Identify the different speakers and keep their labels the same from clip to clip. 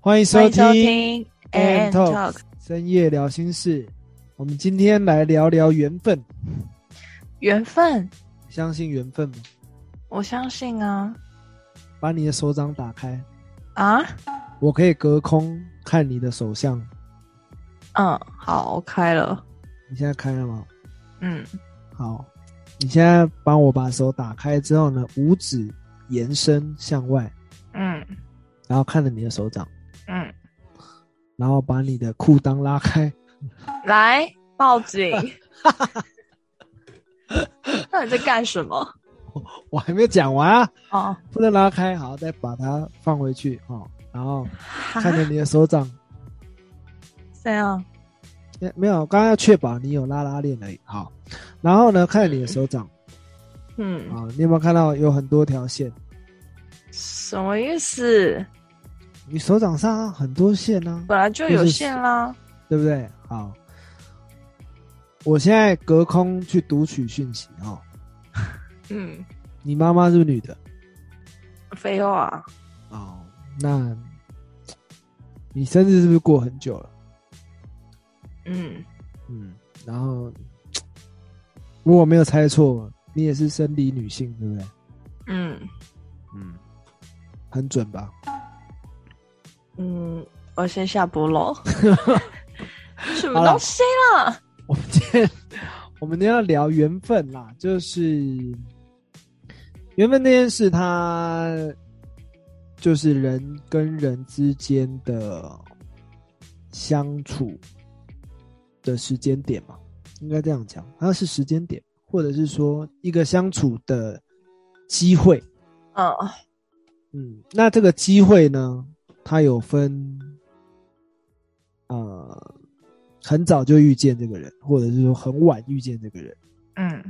Speaker 1: 欢迎
Speaker 2: 欢
Speaker 1: 收
Speaker 2: 迎
Speaker 1: 听
Speaker 2: 收听
Speaker 1: AM
Speaker 2: AM
Speaker 1: Talk
Speaker 2: Talk。
Speaker 1: 深夜聊心事。我们今天来聊聊缘分，
Speaker 2: 缘分，
Speaker 1: 相信缘分吗？
Speaker 2: 我相信啊
Speaker 1: 把你的手掌打开，
Speaker 2: 啊，
Speaker 1: 我可以隔空看你的手相。
Speaker 2: 嗯，好，我开了，
Speaker 1: 你现在开了吗？
Speaker 2: 嗯，
Speaker 1: 好，你现在帮我把手打开之后呢，五指延伸向外，
Speaker 2: 嗯
Speaker 1: 然后看着你的手掌，
Speaker 2: 嗯，
Speaker 1: 然后把你的裤裆拉开。
Speaker 2: 来报警！ 到底在干什么？
Speaker 1: 我还没讲完啊，
Speaker 2: 哦，
Speaker 1: 不能拉开，好，再把它放回去哦。然 后
Speaker 2: 哈
Speaker 1: 看着你的手掌，
Speaker 2: 这啊样，
Speaker 1: 诶哎没有，刚刚要确保你有拉拉链而已。好，然后呢，看着你的手掌，
Speaker 2: 嗯，
Speaker 1: 啊，你有没有看到有很多条线？
Speaker 2: 什么意思？
Speaker 1: 你手掌上很多线啊，
Speaker 2: 本来就有线啦，
Speaker 1: 对不对？好，我现在隔空去读取讯息哦。
Speaker 2: 嗯，
Speaker 1: 你妈妈是不是女的？
Speaker 2: 废话，
Speaker 1: 哦，那你生日是不是过很久了？
Speaker 2: 嗯，
Speaker 1: 嗯，然后如果没有猜错，你也是生理女性，对不对？
Speaker 2: 嗯
Speaker 1: 嗯，很准吧？
Speaker 2: 嗯，我先下 播喽。什
Speaker 1: 好
Speaker 2: 么
Speaker 1: 了
Speaker 2: 东西啦？
Speaker 1: 我们今天我们今天要聊缘分啦，就是缘分这件事，它就是人跟人之间的相处的时间点嘛，应该这样讲，它是时间点，或者是说一个相处的机会。
Speaker 2: 嗯
Speaker 1: 嗯，那这个机会呢，它有分，呃，很早就遇见这个人，或者是说很晚遇见这个人。
Speaker 2: 嗯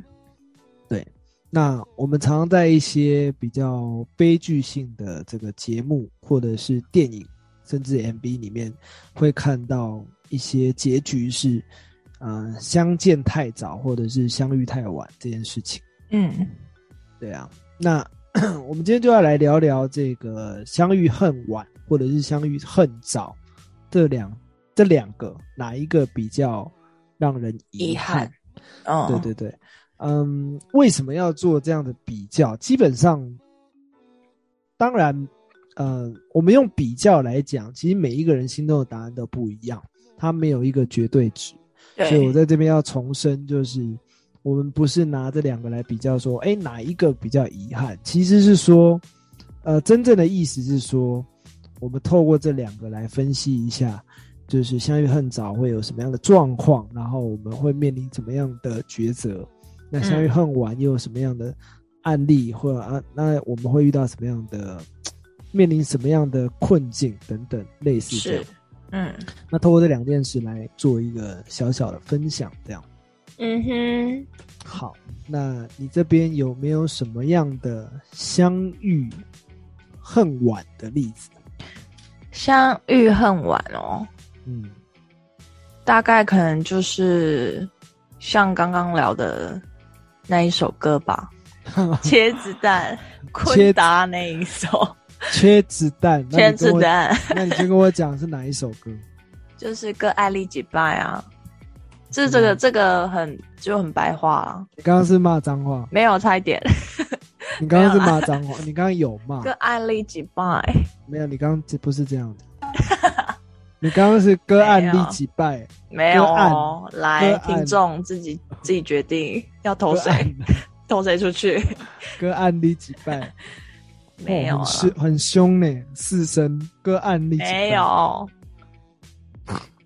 Speaker 1: 那我们常常在一些比较悲剧性的这个节目，或者是电影，甚至 MV 里面，会看到一些结局是，呃，相见太早，或者是相遇太晚这件事情。
Speaker 2: 嗯。
Speaker 1: 对啊，那 我们今天就要来聊聊这个相遇恨晚，或者是相遇恨早，这两这两个哪一个比较让人遗
Speaker 2: 遗憾？哦，
Speaker 1: 对，对对，嗯，为什么要做这样的比较？基本上，当然，呃，我们用比较来讲，其实每一个人心中的答案都不一样，它没有一个绝对值。所以我
Speaker 2: 对，
Speaker 1: 在这边要重申，就是我们不是拿这两个来比较说，哎、哪一个比较遗憾？其实是说，呃，真正的意思是说，我们透过这两个来分析一下，就是相遇恨早会有什么样的状况，然后我们会面临怎么样的抉择。那相遇恨晚又有什么样的案例，或者啊，那我们会遇到什么样的，面临什么样的困境等等，类似这样
Speaker 2: 是。，嗯
Speaker 1: 那透过这两件事来做一个小小的分享，这样
Speaker 2: 嗯哼，
Speaker 1: 好。那你这边有没有什么样的相遇恨晚的例子？
Speaker 2: 相遇恨晚哦，
Speaker 1: 嗯，
Speaker 2: 大概可能就是像刚刚聊的那一首歌 吧，茄子蛋，
Speaker 1: 茄
Speaker 2: 昆
Speaker 1: 子
Speaker 2: 达那一首
Speaker 1: 缺子 弹， 那你
Speaker 2: 茄
Speaker 1: 跟
Speaker 2: 子
Speaker 1: 我，
Speaker 2: 蛋，
Speaker 1: 那你就跟我讲是哪一首歌？
Speaker 2: 就是跟艾丽几拜啊，这这个
Speaker 1: 嗯
Speaker 2: 这个很就很白话啊，
Speaker 1: 你刚刚是骂脏话，
Speaker 2: 没有差一 点，
Speaker 1: 你刚刚是
Speaker 2: 没有
Speaker 1: 骂脏 话，你刚刚有骂
Speaker 2: 跟艾丽几拜，
Speaker 1: 没有？你刚刚不是这样的， 你刚刚是割案
Speaker 2: 没
Speaker 1: 例
Speaker 2: 有
Speaker 1: 几拜，
Speaker 2: 没有哦，来
Speaker 1: 个案
Speaker 2: 听众自己自己决定要投
Speaker 1: 割
Speaker 2: 谁，
Speaker 1: 案
Speaker 2: 投谁出 去，
Speaker 1: 割案例几拜。
Speaker 2: 没有啊
Speaker 1: 哦
Speaker 2: 啦
Speaker 1: 很凶很凶呢，四声割案例几拜
Speaker 2: 没有，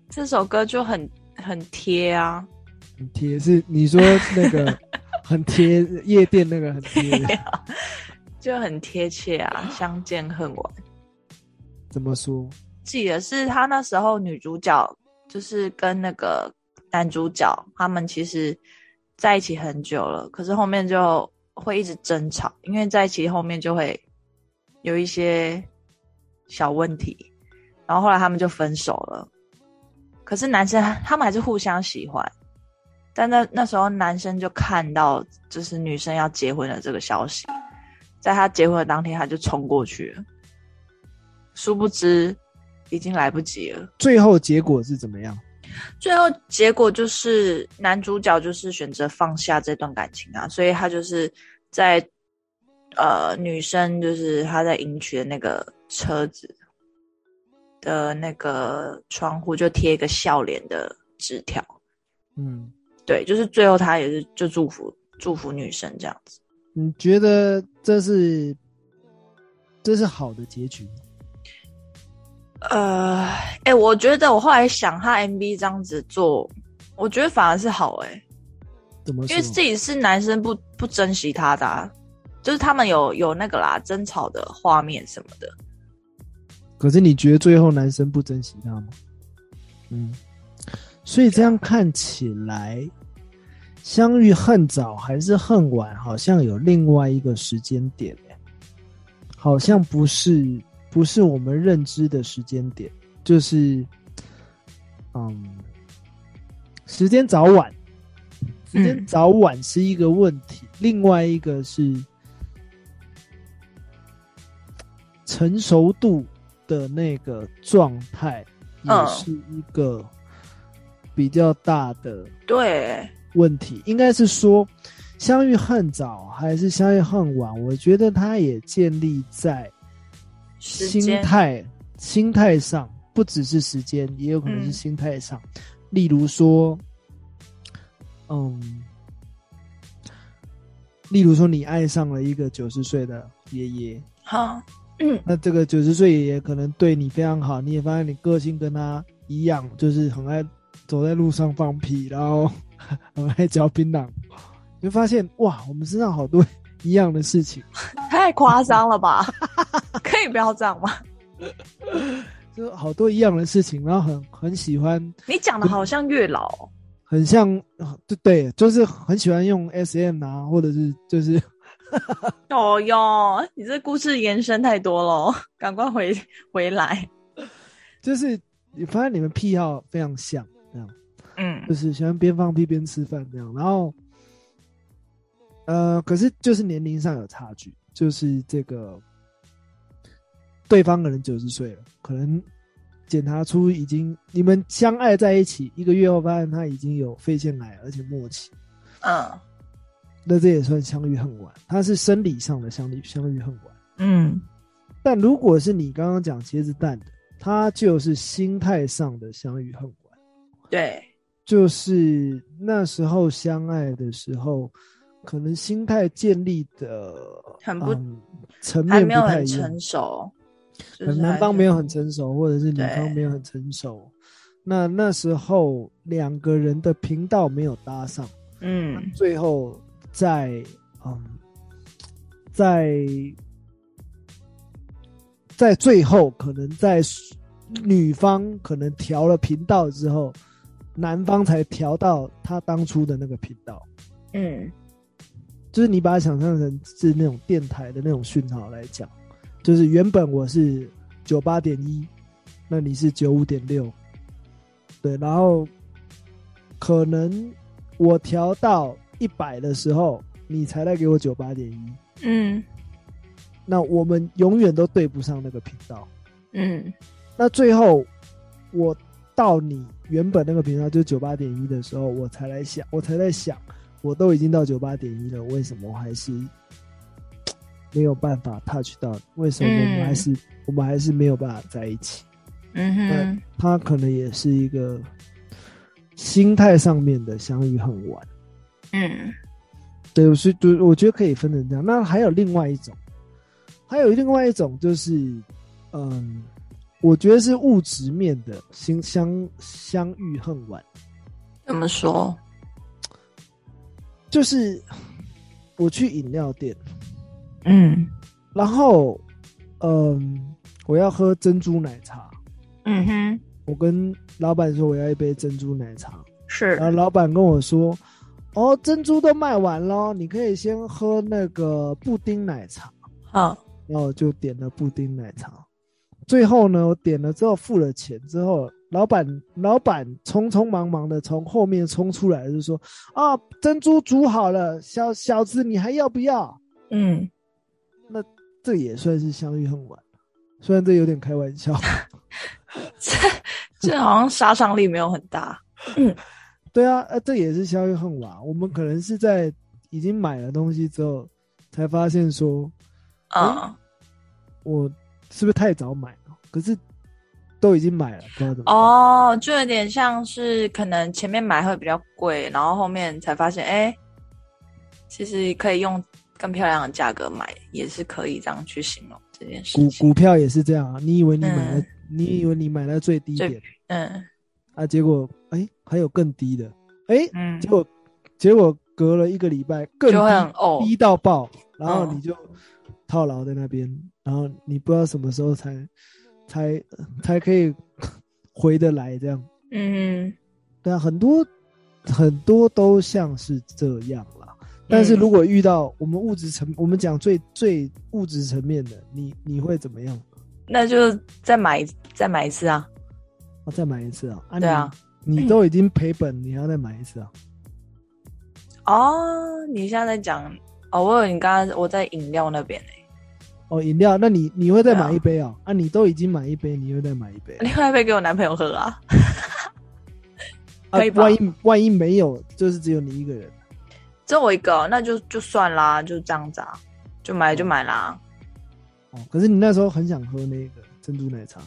Speaker 2: 这首歌就很很贴啊，
Speaker 1: 很贴，是你说那个很贴夜店那个很贴，
Speaker 2: 就很贴切啊，《相见恨晚》。
Speaker 1: 怎么说？
Speaker 2: 记得是他那时候女主角就是跟那个男主角他们其实在一起很久了，可是后面就会一直争吵，因为在一起后面就会有一些小问题，然后后来他们就分手了。可是男生他们还是互相喜欢，但那那时候男生就看到就是女生要结婚的这个消息，在他结婚的当天他就冲过去了，殊不知已经来不及了。
Speaker 1: 最后结果是怎么样？
Speaker 2: 最后结果就是男主角就是选择放下这段感情啊，所以他就是在呃女生就是他在迎娶的那个车子的那个窗户就贴一个笑脸的纸条，
Speaker 1: 嗯，
Speaker 2: 对，就是最后他也是就祝福祝福女生这样子。
Speaker 1: 你觉得这是这是好的结局吗？
Speaker 2: 呃，哎、我觉得我后来想他 MV 这样子做，我觉得反而是好哎、
Speaker 1: 怎么
Speaker 2: 因
Speaker 1: 说
Speaker 2: 为？自己是男生不不珍惜他的、啊，就是他们有有那个啦争吵的画面什么的，
Speaker 1: 可是你觉得最后男生不珍惜他吗？嗯，所以这样看起来，相遇恨早还是恨晚，好像有另外一个时间点、欸，好像不是不是我们认知的时间点，就是嗯，时间早晚，时间
Speaker 2: 嗯
Speaker 1: 早晚是一个问题，另外一个是成熟度的那个状态，也
Speaker 2: 嗯
Speaker 1: 是一个比较大的
Speaker 2: 对，
Speaker 1: 问题。应该是说，相遇恨早还是相遇恨晚？我觉得它也建立在
Speaker 2: 时
Speaker 1: 心
Speaker 2: 间
Speaker 1: 态、心态上，不只是时间，也有可能是
Speaker 2: 嗯
Speaker 1: 心态上。例如说，嗯，例如说，你爱上了一个九十岁的爷爷，
Speaker 2: 哈，
Speaker 1: 那这个九十岁爷爷可能对你非常好，你也发现你个性跟他一样，就是很爱走在路上放屁，然后 很爱嚼槟榔，你就发现哇，我们身上好多一样的事情，
Speaker 2: 太夸张了吧？ 可以不要这样吗？
Speaker 1: 就好多一样的事情，然后很很喜欢，
Speaker 2: 你讲的好像月老哦，
Speaker 1: 很像，对对，就是很喜欢用 S M 啊，或者是就是
Speaker 2: 哦哟，你这故事延伸太多了，哦赶快回回来。
Speaker 1: 就是你发现你们癖好非常像，这样。
Speaker 2: 嗯
Speaker 1: 就是喜欢边放屁边吃饭这样。然后，呃，可是就是年龄上有差距，就是这个对方可能九十岁了，可能检查出已经你们相爱在一起一个月后，发现他已经有肺腺癌，而且末期，
Speaker 2: 嗯
Speaker 1: 那这也算相遇恨晚，他是生理上的相遇相遇恨晚。
Speaker 2: 嗯，
Speaker 1: 但如果是你刚刚讲茄子蛋的，他就是心态上的相遇恨晚。
Speaker 2: 对，
Speaker 1: 就是那时候相爱的时候，可能心态建立的
Speaker 2: 很不
Speaker 1: 嗯层
Speaker 2: 还
Speaker 1: 面
Speaker 2: 没有
Speaker 1: 不太
Speaker 2: 很
Speaker 1: 一样
Speaker 2: 成，熟，就
Speaker 1: 可
Speaker 2: 是
Speaker 1: 能男
Speaker 2: 还
Speaker 1: 方
Speaker 2: 是
Speaker 1: 没有很成熟，或者是女
Speaker 2: 对
Speaker 1: 方没有很成熟。那那时候两个人的频道没有搭上，
Speaker 2: 嗯
Speaker 1: 最后在嗯，在在最后可能在女方可能调了频道之后，男方才调到他当初的那个频道。
Speaker 2: 嗯
Speaker 1: 就是你把它想象成是那种电台的那种讯号来讲，就是原本我是九八点一，那你是九五点六，对，然后可能我调到一百的时候，你才来给我九八点一，
Speaker 2: 嗯
Speaker 1: 那我们永远都对不上那个频道。
Speaker 2: 嗯
Speaker 1: 那最后我到你原本那个频道就是九八点一的时候，我才来想，我才在想，我都已经到九八点一了，为什么我还是没有办法 touch 到你？为什么我们还是、我们还是没有办法在一起？
Speaker 2: 嗯哼，
Speaker 1: 他可能也是一个心态上面的相遇很晚。
Speaker 2: 嗯
Speaker 1: 对，我是就我觉得可以分成这样。那还有另外一种，还有另外一种就是，嗯，我觉得是物质面的心相相遇恨晚，
Speaker 2: 怎么说？
Speaker 1: 就是我去饮料店，
Speaker 2: 嗯
Speaker 1: 然后嗯，我要喝珍珠奶茶，
Speaker 2: 嗯哼，
Speaker 1: 我跟老板说我要一杯珍珠奶茶，
Speaker 2: 是
Speaker 1: 然后老板跟我说，哦，珍珠都卖完咯，你可以先喝那个布丁奶茶。
Speaker 2: 嗯
Speaker 1: 然后我就点了布丁奶茶。最后呢，我点了之后付了钱之后，老板老板匆匆忙忙的从后面冲出来，就说：“啊，珍珠煮好了，小小子你还要不要
Speaker 2: 嗯，？”
Speaker 1: 这也算是相遇恨晚，虽然这有点开玩笑。
Speaker 2: 这好像杀伤力没有很大。
Speaker 1: 对啊，呃，这也是宵夜恨晚。我们可能是在已经买了东西之后，才发现说
Speaker 2: 嗯，
Speaker 1: 我是不是太早买了？可是都已经买了，不知道怎么办。
Speaker 2: 哦，就有点像是可能前面买会比较贵，然后后面才发现，哎，其实可以用更漂亮的价格买，也是可以这样去形容这件事
Speaker 1: 股
Speaker 2: 情。
Speaker 1: 股票也是这样啊，你以为你买了，
Speaker 2: 嗯
Speaker 1: 你以为你买了最低
Speaker 2: 最
Speaker 1: 点
Speaker 2: 嗯
Speaker 1: 啊，结果哎还有更低的，哎
Speaker 2: 嗯
Speaker 1: 结，果结果隔了一个礼拜更低
Speaker 2: 就会很哦呕。
Speaker 1: 低到爆，然后
Speaker 2: 嗯
Speaker 1: 你就套牢在那边，然后你不知道什么时候才才才可以回得来这样。
Speaker 2: 嗯，
Speaker 1: 对啊，很多很多都像是这样啦。但是
Speaker 2: 嗯
Speaker 1: 如果遇到我们物质层，我们讲最最物质层面的，你你会怎么样？
Speaker 2: 那就再买再买一次啊。
Speaker 1: 我、再买一次啊！啊
Speaker 2: 对啊，
Speaker 1: 你你都已经赔本，你还要再买一次啊？
Speaker 2: 哦，你现在在讲哦，我有你刚刚我在饮料那边、欸、
Speaker 1: 哦，饮料，那你你会再买
Speaker 2: 对啊哎
Speaker 1: 一杯啊？啊，你都已经买一杯，你会再买一杯？
Speaker 2: 另外一杯给我男朋友喝啊。
Speaker 1: 啊
Speaker 2: 可以，吧
Speaker 1: 万一万一没有，就是只有你一个人。
Speaker 2: 只有我一个，那就就算啦，就这样子啊，就买就买啦。
Speaker 1: 哦，可是你那时候很想喝那个珍珠奶茶，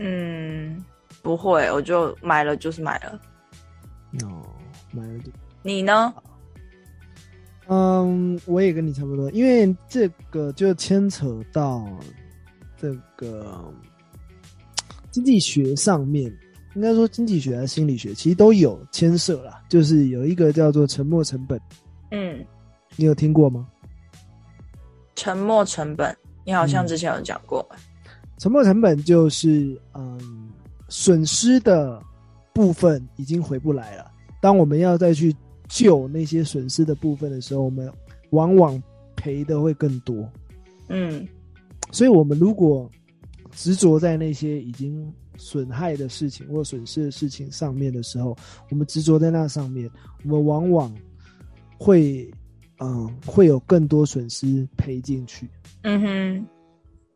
Speaker 2: 嗯，不会，我就买了就是买了。
Speaker 1: 哦，买了就，
Speaker 2: 你呢？
Speaker 1: 嗯，我也跟你差不多，因为这个就牵扯到这个嗯经济学上面，应该说经济学还是心理学，其实都有牵涉啦。就是有一个叫做沉没成本，
Speaker 2: 嗯，
Speaker 1: 你有听过吗？
Speaker 2: 沉没成本，你好
Speaker 1: 嗯
Speaker 2: 像之前有讲过。
Speaker 1: 沉没成本就是嗯，损失的部分已经回不来了。当我们要再去救那些损失的部分的时候，我们往往赔的会更多。
Speaker 2: 嗯
Speaker 1: 所以，我们如果执着在那些已经损害的事情或损失的事情上面的时候，我们执着在那上面，我们往往会嗯会有更多损失赔进去。
Speaker 2: 嗯哼，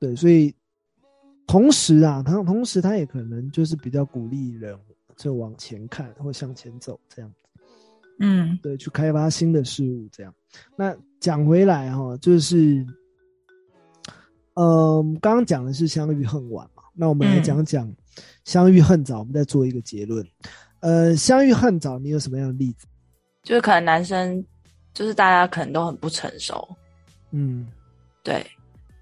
Speaker 1: 对，所以同时啊，他同时他也可能就是比较鼓励人就往前看或向前走这样，
Speaker 2: 嗯
Speaker 1: 对，去开发新的事物这样。那讲回来哈、就是，嗯、刚刚讲的是相遇恨晚嘛，那我们来
Speaker 2: 嗯
Speaker 1: 讲讲相遇恨早，我们再做一个结论。呃，相遇恨早，你有什么样的例子？
Speaker 2: 就是可能男生，就是大家可能都很不成熟，
Speaker 1: 嗯，
Speaker 2: 对，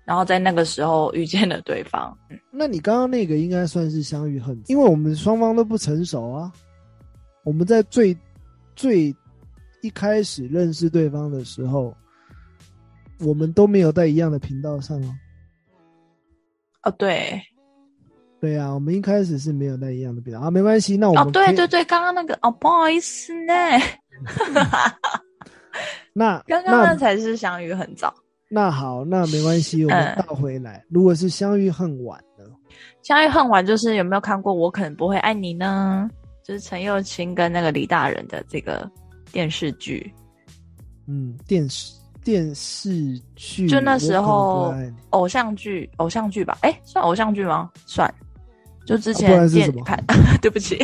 Speaker 2: 然后在那个时候遇见了对方。
Speaker 1: 那你刚刚那个应该算是相遇恨早，因为我们双方都不成熟啊。我们在最最一开始认识对方的时候，我们都没有在一样的频道上哦。
Speaker 2: 哦，对，
Speaker 1: 对啊，我们一开始是没有在一样的频道啊，没关系。那我
Speaker 2: 哦
Speaker 1: 们，可
Speaker 2: 对
Speaker 1: 以
Speaker 2: 对，对，刚刚那个哦，不好意思呢，
Speaker 1: 那
Speaker 2: 刚刚那
Speaker 1: 那
Speaker 2: 才是相遇很早，
Speaker 1: 那好，那没关系，我们
Speaker 2: 嗯
Speaker 1: 倒回来。如果是相遇恨晚呢？
Speaker 2: 相遇恨晚就是有没有看过《我可能不会爱你》呢？就是陈又青跟那个李大人的这个电视剧。
Speaker 1: 嗯，电视电视剧，
Speaker 2: 就那时候
Speaker 1: 嗯我可能不爱你
Speaker 2: 偶像剧，偶像剧吧？哎，算偶像剧吗？算。就之
Speaker 1: 啊不
Speaker 2: 前
Speaker 1: 然是
Speaker 2: 电
Speaker 1: 什么
Speaker 2: 看， 对不起，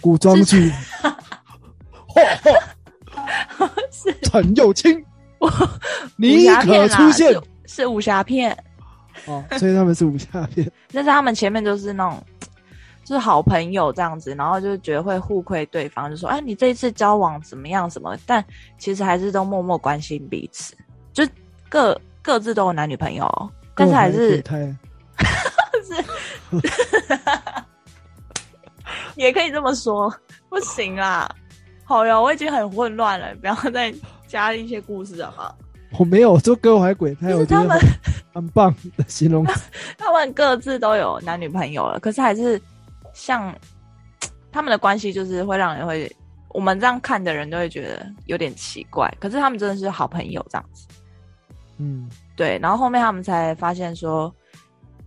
Speaker 1: 古装剧， 嚯嚯，
Speaker 2: 是
Speaker 1: 陈又青，你
Speaker 2: 武侠
Speaker 1: 可
Speaker 2: 片啊
Speaker 1: 出
Speaker 2: 啦，
Speaker 1: 现
Speaker 2: 是是武侠片，
Speaker 1: 哦，所以他们是武侠片，
Speaker 2: 但是他们前面就是那种，就是好朋友这样子，然后就觉得会互亏对方，就说：“哎，你这一次交往怎么样？什么？”但其实还是都默默关心彼此，就各各自都有男女朋友哦， 但是还是
Speaker 1: 太
Speaker 2: 也可以这么说，不行啦。 好哟，我已经很混乱了，不要再加一些故事好不好？
Speaker 1: 我没有做歌怀鬼胎，
Speaker 2: 就
Speaker 1: 我
Speaker 2: 是
Speaker 1: 觉
Speaker 2: 他
Speaker 1: 得
Speaker 2: 们
Speaker 1: 很很棒的形容词。
Speaker 2: 他们各自都有男女朋友了，可是还是像他们的关系，就是会让人会我们这样看的人都会觉得有点奇怪。可是他们真的是好朋友这样子，
Speaker 1: 嗯，
Speaker 2: 对。然后后面他们才发现说，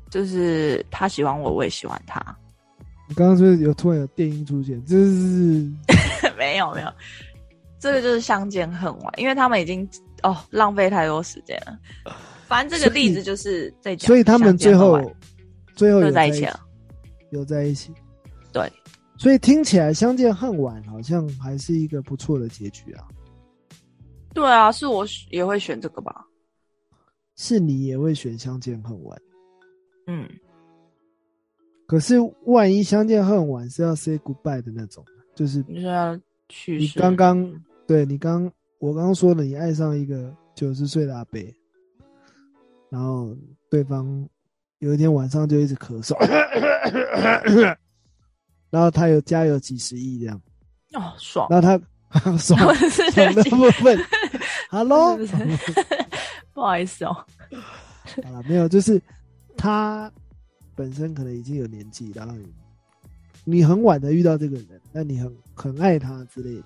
Speaker 2: 就是他喜欢我，我也喜欢他。
Speaker 1: 你刚刚是不是有突然有电音出现？这 是
Speaker 2: 没有没有，这个就是相见恨晚，因为他们已经哦浪费太多时间了。反正这个
Speaker 1: 所以
Speaker 2: 例子就是在讲，
Speaker 1: 所以他们最后
Speaker 2: 相见恨晚
Speaker 1: 最后有
Speaker 2: 就在
Speaker 1: 一
Speaker 2: 一起了。啊
Speaker 1: 有在一起。
Speaker 2: 对，
Speaker 1: 所以听起来相见恨晚好像还是一个不错的结局啊。
Speaker 2: 对啊，是我选也会选这个吧。
Speaker 1: 是你也会选相见恨晚，
Speaker 2: 嗯，
Speaker 1: 可是万一相见恨晚是要 say goodbye 的那种，就是
Speaker 2: 你说要去
Speaker 1: 你
Speaker 2: 世，
Speaker 1: 刚刚对你刚我刚刚说了，你爱上一个九十岁的阿伯，然后对方有一天晚上就一直咳嗽， 然后他有家有几十亿这样，
Speaker 2: 哦爽，
Speaker 1: 然后他 爽
Speaker 2: 我是
Speaker 1: 爽的部分，hello，
Speaker 2: 是 不不好意思哦，
Speaker 1: 好了没有，就是他本身可能已经有年纪，然后你你很晚的遇到这个人，那你很很爱他之类的，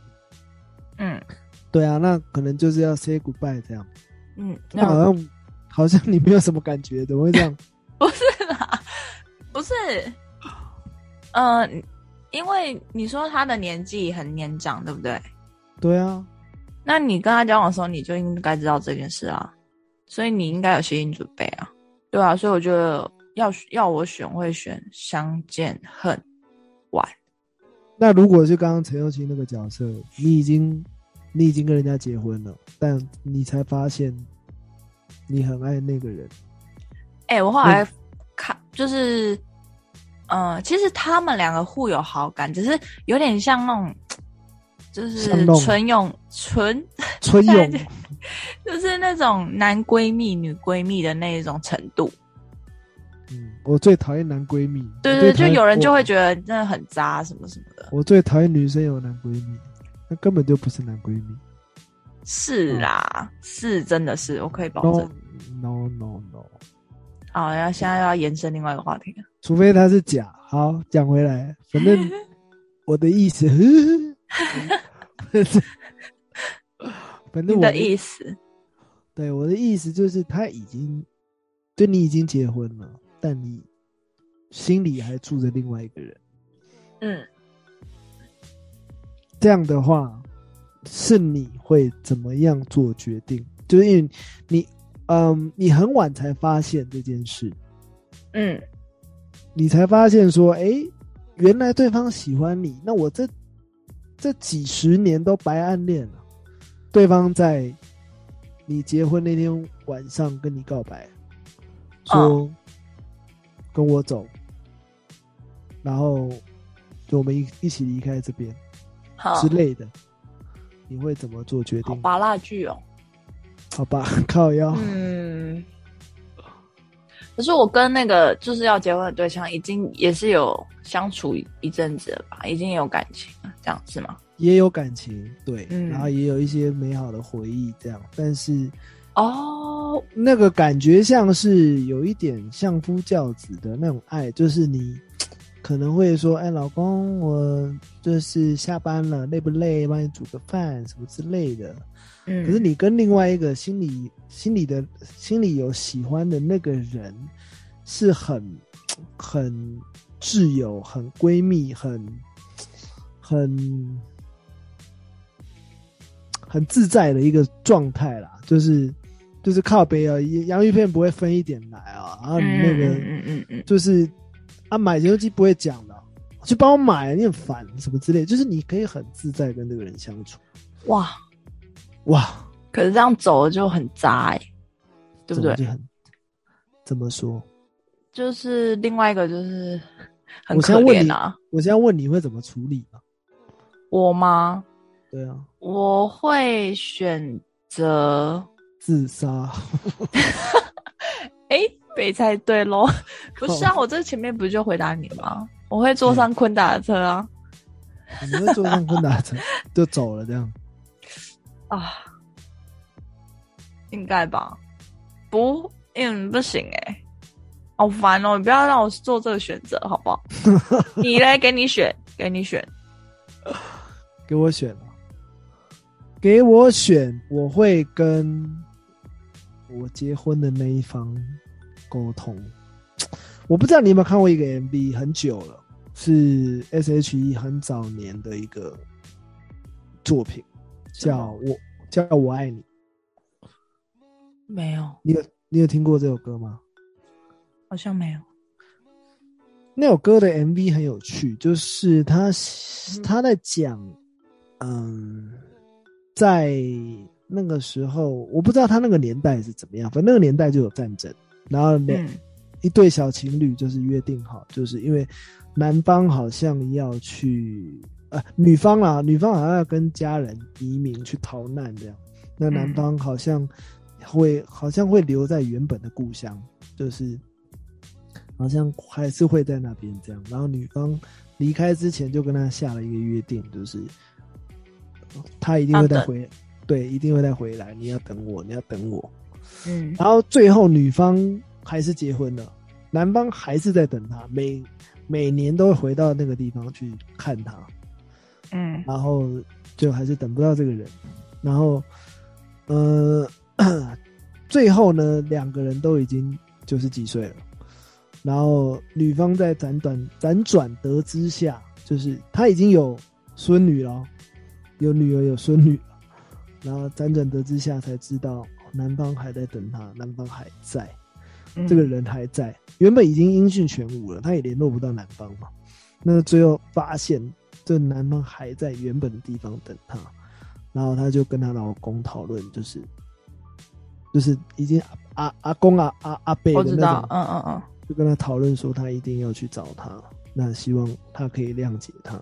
Speaker 2: 嗯
Speaker 1: 对啊，那可能就是要 say goodbye 这样。
Speaker 2: 嗯，
Speaker 1: 那
Speaker 2: 那
Speaker 1: 好像好像你没有什么感觉，怎么会这样？
Speaker 2: 不是啦，不是，呃，因为你说他的年纪很年长，对不对？
Speaker 1: 对啊，
Speaker 2: 那你跟他交往的时候，你就应该知道这件事啊，所以你应该有心理准备啊，对啊，所以我觉得要要我选，我会选相见恨晚。
Speaker 1: 那如果是刚刚陈又青那个角色，你已经你已经跟人家结婚了，但你才发现你很爱那个人，
Speaker 2: 哎、我后来看就是，嗯、呃，其实他们两个互有好感，只是有点像那种，就是
Speaker 1: 像那种
Speaker 2: 纯勇纯，
Speaker 1: 春
Speaker 2: 现
Speaker 1: 泳
Speaker 2: 在就是那种男闺蜜、女闺蜜的那一种程度。
Speaker 1: 嗯，我最讨厌男闺蜜。
Speaker 2: 对
Speaker 1: 我最
Speaker 2: 对，就
Speaker 1: 讨厌
Speaker 2: 有人就会
Speaker 1: 我
Speaker 2: 觉得真的很渣什么什么的。
Speaker 1: 我最讨厌女生有男闺蜜，那根本就不是男闺蜜。
Speaker 2: 是
Speaker 1: 嗯
Speaker 2: 啦，是真的是，我可以保
Speaker 1: No
Speaker 2: 证。
Speaker 1: no no no，
Speaker 2: 好，然后现在要延伸另外一个话题了。
Speaker 1: 除非他是假。好，讲回来，反 正我的意思，反正反正
Speaker 2: 你
Speaker 1: 我嗯
Speaker 2: 的意思，
Speaker 1: 对我的意思就是，他已经对你已经结婚了，但你心里还住着另外一个人。
Speaker 2: 嗯，
Speaker 1: 这样的话，是你会怎么样做决定？就是因为你，嗯，你很晚才发现这件事，
Speaker 2: 嗯，
Speaker 1: 你才发现说，哎，原来对方喜欢你，那我这这几十年都白暗恋了。对方在你结婚那天晚上跟你告白，说、跟我走，然后就我们一一起离开这边
Speaker 2: 好，
Speaker 1: 之类的，你会怎么做决
Speaker 2: 啊好
Speaker 1: 定？
Speaker 2: 拔蜡剧哦。
Speaker 1: 好吧， 靠腰，
Speaker 2: 嗯，可是我跟那个就是要结婚的对象，已经也是有相处一阵子了吧，已经有感情了，这样是吗？
Speaker 1: 也有感情，对，
Speaker 2: 嗯
Speaker 1: 然后也有一些美好的回忆，这样，但是。
Speaker 2: 哦，
Speaker 1: 那个感觉像是有一点相夫教子的那种爱，就是你可能会说：“哎，老公，我就是下班了，累不累？帮你煮个饭什么之类的。”
Speaker 2: 嗯，
Speaker 1: 可是你跟另外一个心里心里的心里有喜欢的那个人，是很很挚友、很闺蜜、很很很自在的一个状态啦，就是就是靠北啊，洋芋片不会分一点来啊，然后你那个。
Speaker 2: 嗯嗯嗯嗯
Speaker 1: 就是啊，买游机不会讲的，去帮我买，你很烦什么之类，就是你可以很自在跟这个人相处。
Speaker 2: 哇，
Speaker 1: 哇，
Speaker 2: 可是这样走了就很渣哎、对不对
Speaker 1: 怎么？就很怎么说？
Speaker 2: 就是另外一个就是很
Speaker 1: 我
Speaker 2: 可
Speaker 1: 先问你
Speaker 2: 怜啊，
Speaker 1: 我现在问你会怎么处理嘛？
Speaker 2: 我吗？
Speaker 1: 对啊，
Speaker 2: 我会选择
Speaker 1: 自杀。
Speaker 2: 哎，北菜对喽， 不是啊，我这前面不就回答你了吗？我会坐上昆达的车啊。
Speaker 1: 你会坐上困达车就走了这样？
Speaker 2: 啊，应该吧？不，嗯，不行哎、好烦哦！你不要让我做这个选择，好 不好？你来给你选，给你选。
Speaker 1: 给我选啊！给我选，我会跟我结婚的那一方沟通。我不知道你有没有看过一个 MV，很久了，是 S.H.E 很早年的一个作品，
Speaker 2: 什
Speaker 1: 叫
Speaker 2: 么
Speaker 1: 我叫我爱你。
Speaker 2: 没有，
Speaker 1: 你有你有听过这首歌吗？
Speaker 2: 好像没有。
Speaker 1: 那首歌的 MV 很有趣，就是他他在讲，嗯，在那个时候，我不知道他那个年代是怎么样，反正那个年代就有战争，然后两、
Speaker 2: 嗯
Speaker 1: 一对小情侣就是约定好，就是因为男方好像要去呃女方啦，女方好啊像要跟家人移民去逃难这样，那男
Speaker 2: 嗯
Speaker 1: 方好像会好像会留在原本的故乡，就是好像还是会在那边这样，然后女方离开之前就跟他下了一个约定，就是他一定会再
Speaker 2: 要等
Speaker 1: 回，对，一定会再回来，你要等我，你要等我，
Speaker 2: 嗯，
Speaker 1: 然后最后女方还是结婚了，男方还是在等她，每每年都会回到那个地方去看她，
Speaker 2: 嗯
Speaker 1: 然后就还是等不到这个人，然后呃， 最后呢，两个人都已经九十几岁了，然后女方在辗转辗转得知下，就是她已经有孙女了哦，有女儿有孙女了，然后辗转得知下才知道男方还在等她，男方还在，
Speaker 2: 嗯
Speaker 1: 这个人还在，原本已经音讯全无了，他也联络不到男方嘛。那最后发现，这男方还在原本的地方等她，然后她就跟她老公讨论，就是就是已经阿阿阿公啊阿阿伯
Speaker 2: 我
Speaker 1: 的
Speaker 2: 知
Speaker 1: 那
Speaker 2: 道，
Speaker 1: 种，
Speaker 2: 嗯嗯嗯
Speaker 1: 就跟他讨论说他一定要去找他，那希望他可以谅解他。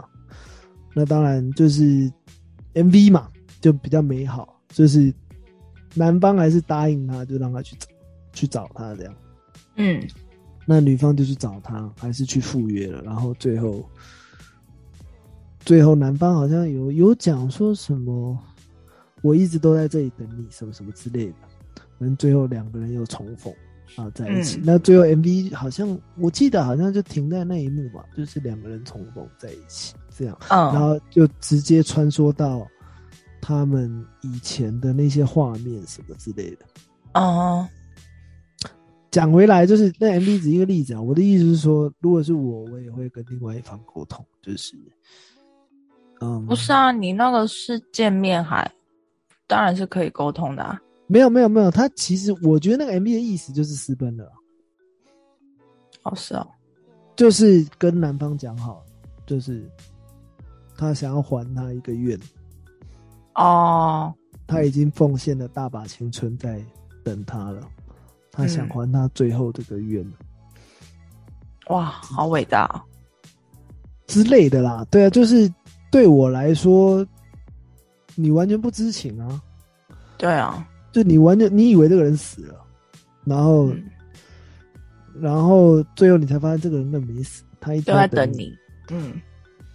Speaker 1: 那当然就是 MV 嘛，就比较美好，就是男方还是答应他，就让他去找去找他这样。
Speaker 2: 嗯，
Speaker 1: 那女方就去找他，还是去赴约了，然后最后，最后男方好像有有讲说什么，我一直都在这里等你，什么什么之类的，反正最后两个人又重逢啊在一起。
Speaker 2: 嗯
Speaker 1: 那最后 MV 好像我记得好像就停在那一幕吧，就是两个人重逢在一起这样，然
Speaker 2: 嗯
Speaker 1: 后就直接穿梭到他们以前的那些画面什么之类的。
Speaker 2: 哦，
Speaker 1: 讲回来，就是那 MV 只是一个例子啊。我的意思是说，如果是我，我也会跟另外一方沟通，就是，嗯，
Speaker 2: 不是啊，你那个是见面还，当然是可以沟通的啊。
Speaker 1: 没有没有没有，他其实我觉得那个 MV 的意思就是私奔了，
Speaker 2: 哦，是哦，
Speaker 1: 就是跟男方讲好，就是他想要还他一个愿，
Speaker 2: 哦，
Speaker 1: 他已经奉献了大把青春在等他了，他想
Speaker 2: 嗯
Speaker 1: 还他最后这个愿、
Speaker 2: 哇，好伟大哦、
Speaker 1: 之类的啦。对啊，就是对我来说，你完全不知情啊。
Speaker 2: 对啊，
Speaker 1: 就你完全你以为这个人死了，然后、
Speaker 2: 嗯，
Speaker 1: 然后最后你才发现这个人根本没死，他一直
Speaker 2: 就在
Speaker 1: 等
Speaker 2: 等。你，嗯，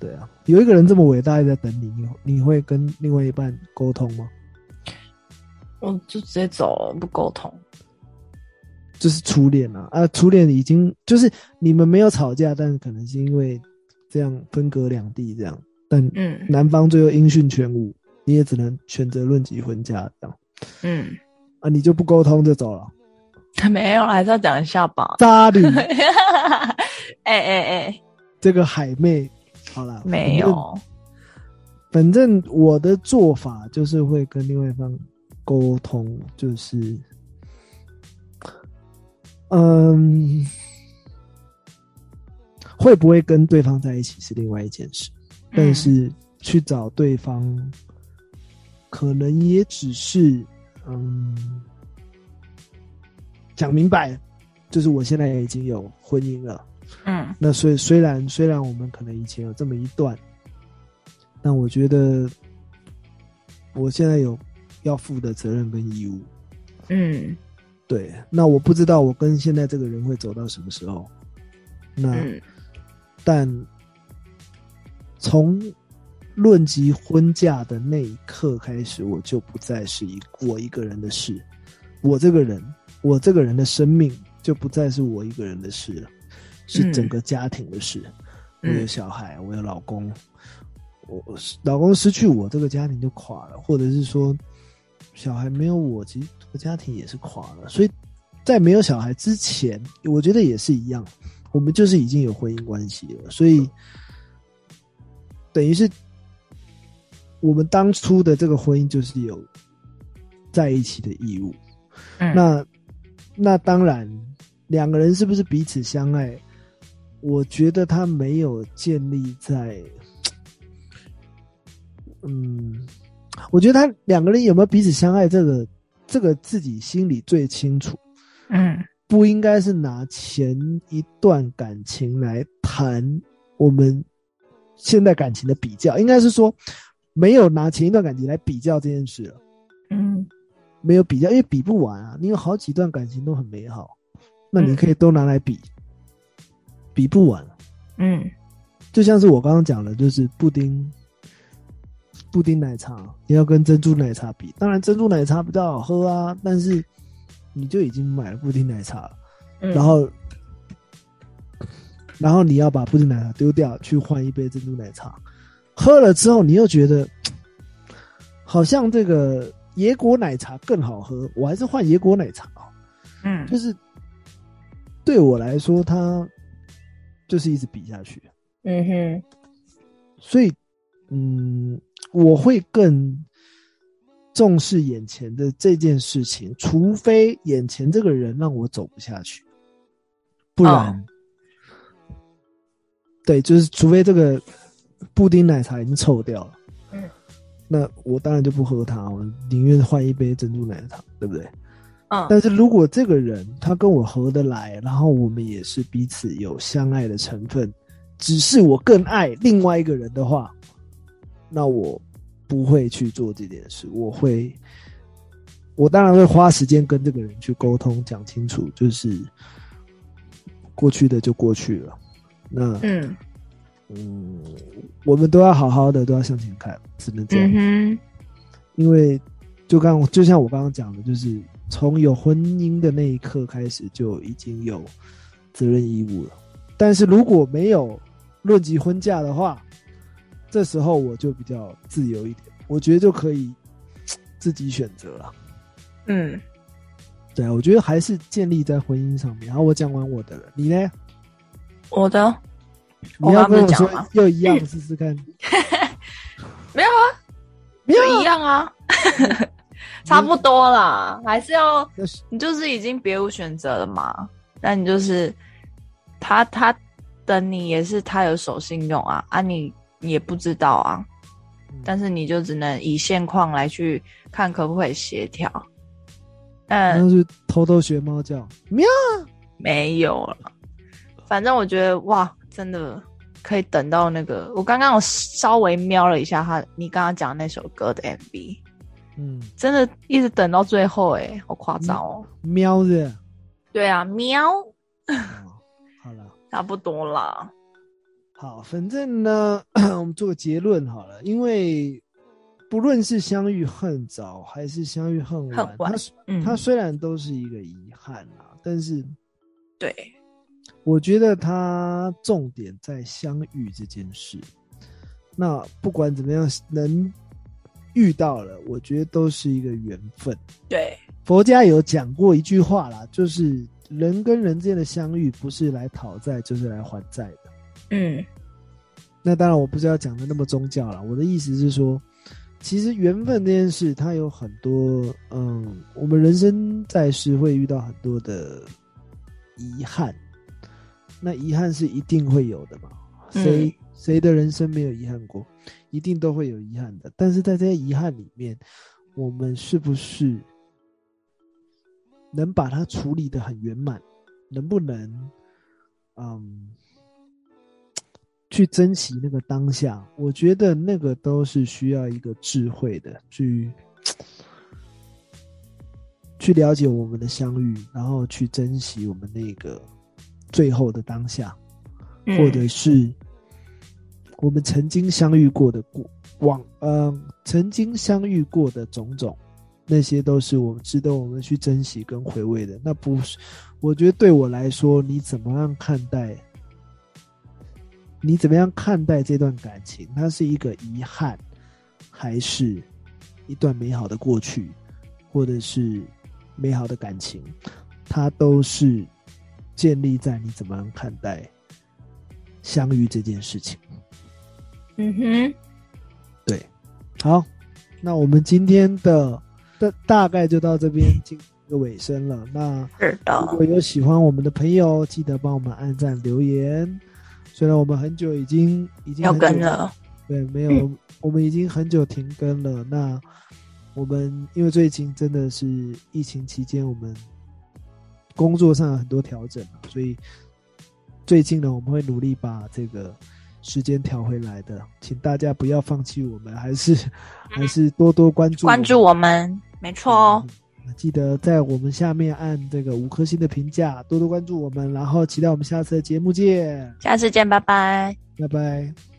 Speaker 1: 对啊，有一个人这么伟大，一直在等你，你你会跟另外一半沟通吗？
Speaker 2: 我就直接走了，不沟通。
Speaker 1: 就是初恋啊，啊，初恋已经就是你们没有吵架，但可能是因为这样分隔两地这样，但
Speaker 2: 嗯
Speaker 1: 男方最后音讯全无，你也只能选择论及婚嫁这样
Speaker 2: 嗯，
Speaker 1: 啊，你就不沟通就走了，
Speaker 2: 没有啦，还是要讲一下吧。
Speaker 1: 渣女
Speaker 2: 哎哎哎，
Speaker 1: 这个海妹，好了，反
Speaker 2: 没
Speaker 1: 正
Speaker 2: 有，
Speaker 1: 反正我的做法就是会跟另外一方沟通，就是，嗯，会不会跟对方在一起是另外一件事，但是去找对方，可能也只是，嗯，讲明白，就是我现在也已经有婚姻了，
Speaker 2: 嗯
Speaker 1: 那所以虽然虽然我们可能以前有这么一段，但我觉得我现在有要负的责任跟义务。
Speaker 2: 嗯
Speaker 1: 对，那我不知道我跟现在这个人会走到什么时候。那、
Speaker 2: 嗯
Speaker 1: 但从论及婚嫁的那一刻开始，我就不再是一我一个人的事，我这个人，我这个人的生命就不再是我一个人的事了，是
Speaker 2: 嗯
Speaker 1: 整个家庭的事。我有
Speaker 2: 嗯
Speaker 1: 小孩，我有老公，我我老公失去我，这个家庭就垮了，或者是说小孩没有我，其实这个家庭也是垮了。所以在没有小孩之前，我觉得也是一样，我们就是已经有婚姻关系了，所
Speaker 2: 嗯
Speaker 1: 以等于是我们当初的这个婚姻就是有在一起的义务。
Speaker 2: 嗯，
Speaker 1: 那那当然，两个人是不是彼此相爱，我觉得他没有建立在，嗯，我觉得他两个人有没有彼此相爱，这个这个自己心里最清楚，
Speaker 2: 嗯
Speaker 1: 不应该是拿前一段感情来谈我们现在感情的比较，应该是说没有拿前一段感情来比较这件事了，
Speaker 2: 嗯
Speaker 1: 没有比较，因为比不完啊，你有好几段感情都很美好，那你可以都拿来比，比不完。啊
Speaker 2: 嗯
Speaker 1: 就像是我刚刚讲的，就是布丁、布丁奶茶，你要跟珍珠奶茶比，当然珍珠奶茶比较好喝啊，但是你就已经买了布丁奶茶了，
Speaker 2: 嗯，
Speaker 1: 然后，然后你要把布丁奶茶丢掉，去换一杯珍珠奶茶，喝了之后你又觉得好像这个野果奶茶更好喝，我还是换野果奶茶哦。
Speaker 2: 嗯
Speaker 1: 就是对我来说，它就是一直比下去。
Speaker 2: 嗯哼
Speaker 1: 所以，嗯，我会更重视眼前的这件事情，除非眼前这个人让我走不下去，不然，对，就是除非这个布丁奶茶已经臭掉了，
Speaker 2: 嗯，
Speaker 1: 那我当然就不喝它，我宁愿换一杯珍珠奶茶，对不对？
Speaker 2: 嗯
Speaker 1: 但是如果这个人他跟我合得来，然后我们也是彼此有相爱的成分，只是我更爱另外一个人的话，那我不会去做这件事。我会，我当然会花时间跟这个人去沟通，讲清楚，就是过去的就过去了。那
Speaker 2: 嗯
Speaker 1: 嗯，我们都要好好的，都要向前看，只能这样。
Speaker 2: 嗯
Speaker 1: 因为就刚就像我刚刚讲的，就是从有婚姻的那一刻开始就已经有责任义务了。但是如果没有论及婚嫁的话，这时候我就比较自由一点，我觉得就可以自己选择了。
Speaker 2: 哼嗯，
Speaker 1: 对啊，我觉得还是建立在婚姻上面。然后我讲完我的了，你呢？
Speaker 2: 我的
Speaker 1: 你要跟
Speaker 2: 哦我刚刚不是讲
Speaker 1: 说
Speaker 2: 了吗
Speaker 1: 又一样试试 看？
Speaker 3: 没有啊，
Speaker 1: 没有
Speaker 3: 就一样 啊，差不多啦，还是要
Speaker 1: 那是
Speaker 2: 你就是已经别无选择了嘛，那你就是他他等你也是他有守信用啊啊你也不知道啊，但是你就只能以现况来去看可不可以协调，嗯
Speaker 1: 然。后就嗯偷偷学猫叫，喵。
Speaker 2: 没有了。反正我觉得哇，真的可以等到那个。我刚刚我稍微瞄了一下他，你刚刚讲那首歌的 MV，
Speaker 1: 嗯，
Speaker 2: 真的一直等到最后、欸，好夸张哦。
Speaker 1: 喵的。
Speaker 2: 对啊，喵，
Speaker 1: 哦好了。
Speaker 2: 差不多啦。
Speaker 1: 好，反正呢， 我们做个结论好了，因为不论是相遇恨早还是相遇恨晚，
Speaker 2: 恨晚
Speaker 1: 它虽
Speaker 2: 嗯，
Speaker 1: 它虽然都是一个遗憾啊，但是
Speaker 2: 对，
Speaker 1: 我觉得它重点在相遇这件事。那不管怎么样，能遇到了，我觉得都是一个缘分。
Speaker 2: 对，
Speaker 1: 佛家有讲过一句话啦，就是人跟人之间的相遇，不是来讨债，就是来还债的。
Speaker 2: 嗯
Speaker 1: 那当然，我不是要讲的那么宗教了。我的意思是说，其实缘分这件事，它有很多，嗯，我们人生在世会遇到很多的遗憾。那遗憾是一定会有的嘛？
Speaker 2: 嗯
Speaker 1: 谁、谁的人生没有遗憾过？一定都会有遗憾的。但是在这些遗憾里面，我们是不是能把它处理的很圆满？能不能，嗯，去珍惜那个当下？我觉得那个都是需要一个智慧的，去去了解我们的相遇，然后去珍惜我们那个最后的当下，
Speaker 2: 嗯
Speaker 1: 或者是我们曾经相遇过的过往，呃，曾经相遇过的种种。那些都是我们值得我们去珍惜跟回味的。那不是，我觉得对我来说，你怎么样看待，你怎么样看待这段感情？它是一个遗憾，还是一段美好的过去，或者是美好的感情？它都是建立在你怎么样看待相遇这件事情。
Speaker 2: 嗯哼，
Speaker 1: 好，那我们今天的大大概就到这 边进入一个尾声了。那
Speaker 2: 是
Speaker 1: 如
Speaker 2: 的，
Speaker 1: 果有喜欢我们的朋友，记得帮我们按赞、留言，虽然我们很久已经已经
Speaker 2: 要
Speaker 1: 很久
Speaker 2: 跟了，
Speaker 1: 对，没有，
Speaker 2: 嗯
Speaker 1: 我们已经很久停更了。那我们因为最近真的是疫情期间，我们工作上有很多调整，啊所以最近呢，我们会努力把这个时间调回来的。请大家不要放弃我们，还是 还是多多关注
Speaker 2: 嗯关注
Speaker 1: 我
Speaker 2: 我们，没错
Speaker 1: 们
Speaker 2: 哦。。
Speaker 1: 嗯记得在我们下面按这个五颗星的评价，多多关注我们，然后期待我们下次的节目见，
Speaker 2: 下次见，拜拜。
Speaker 1: 拜拜。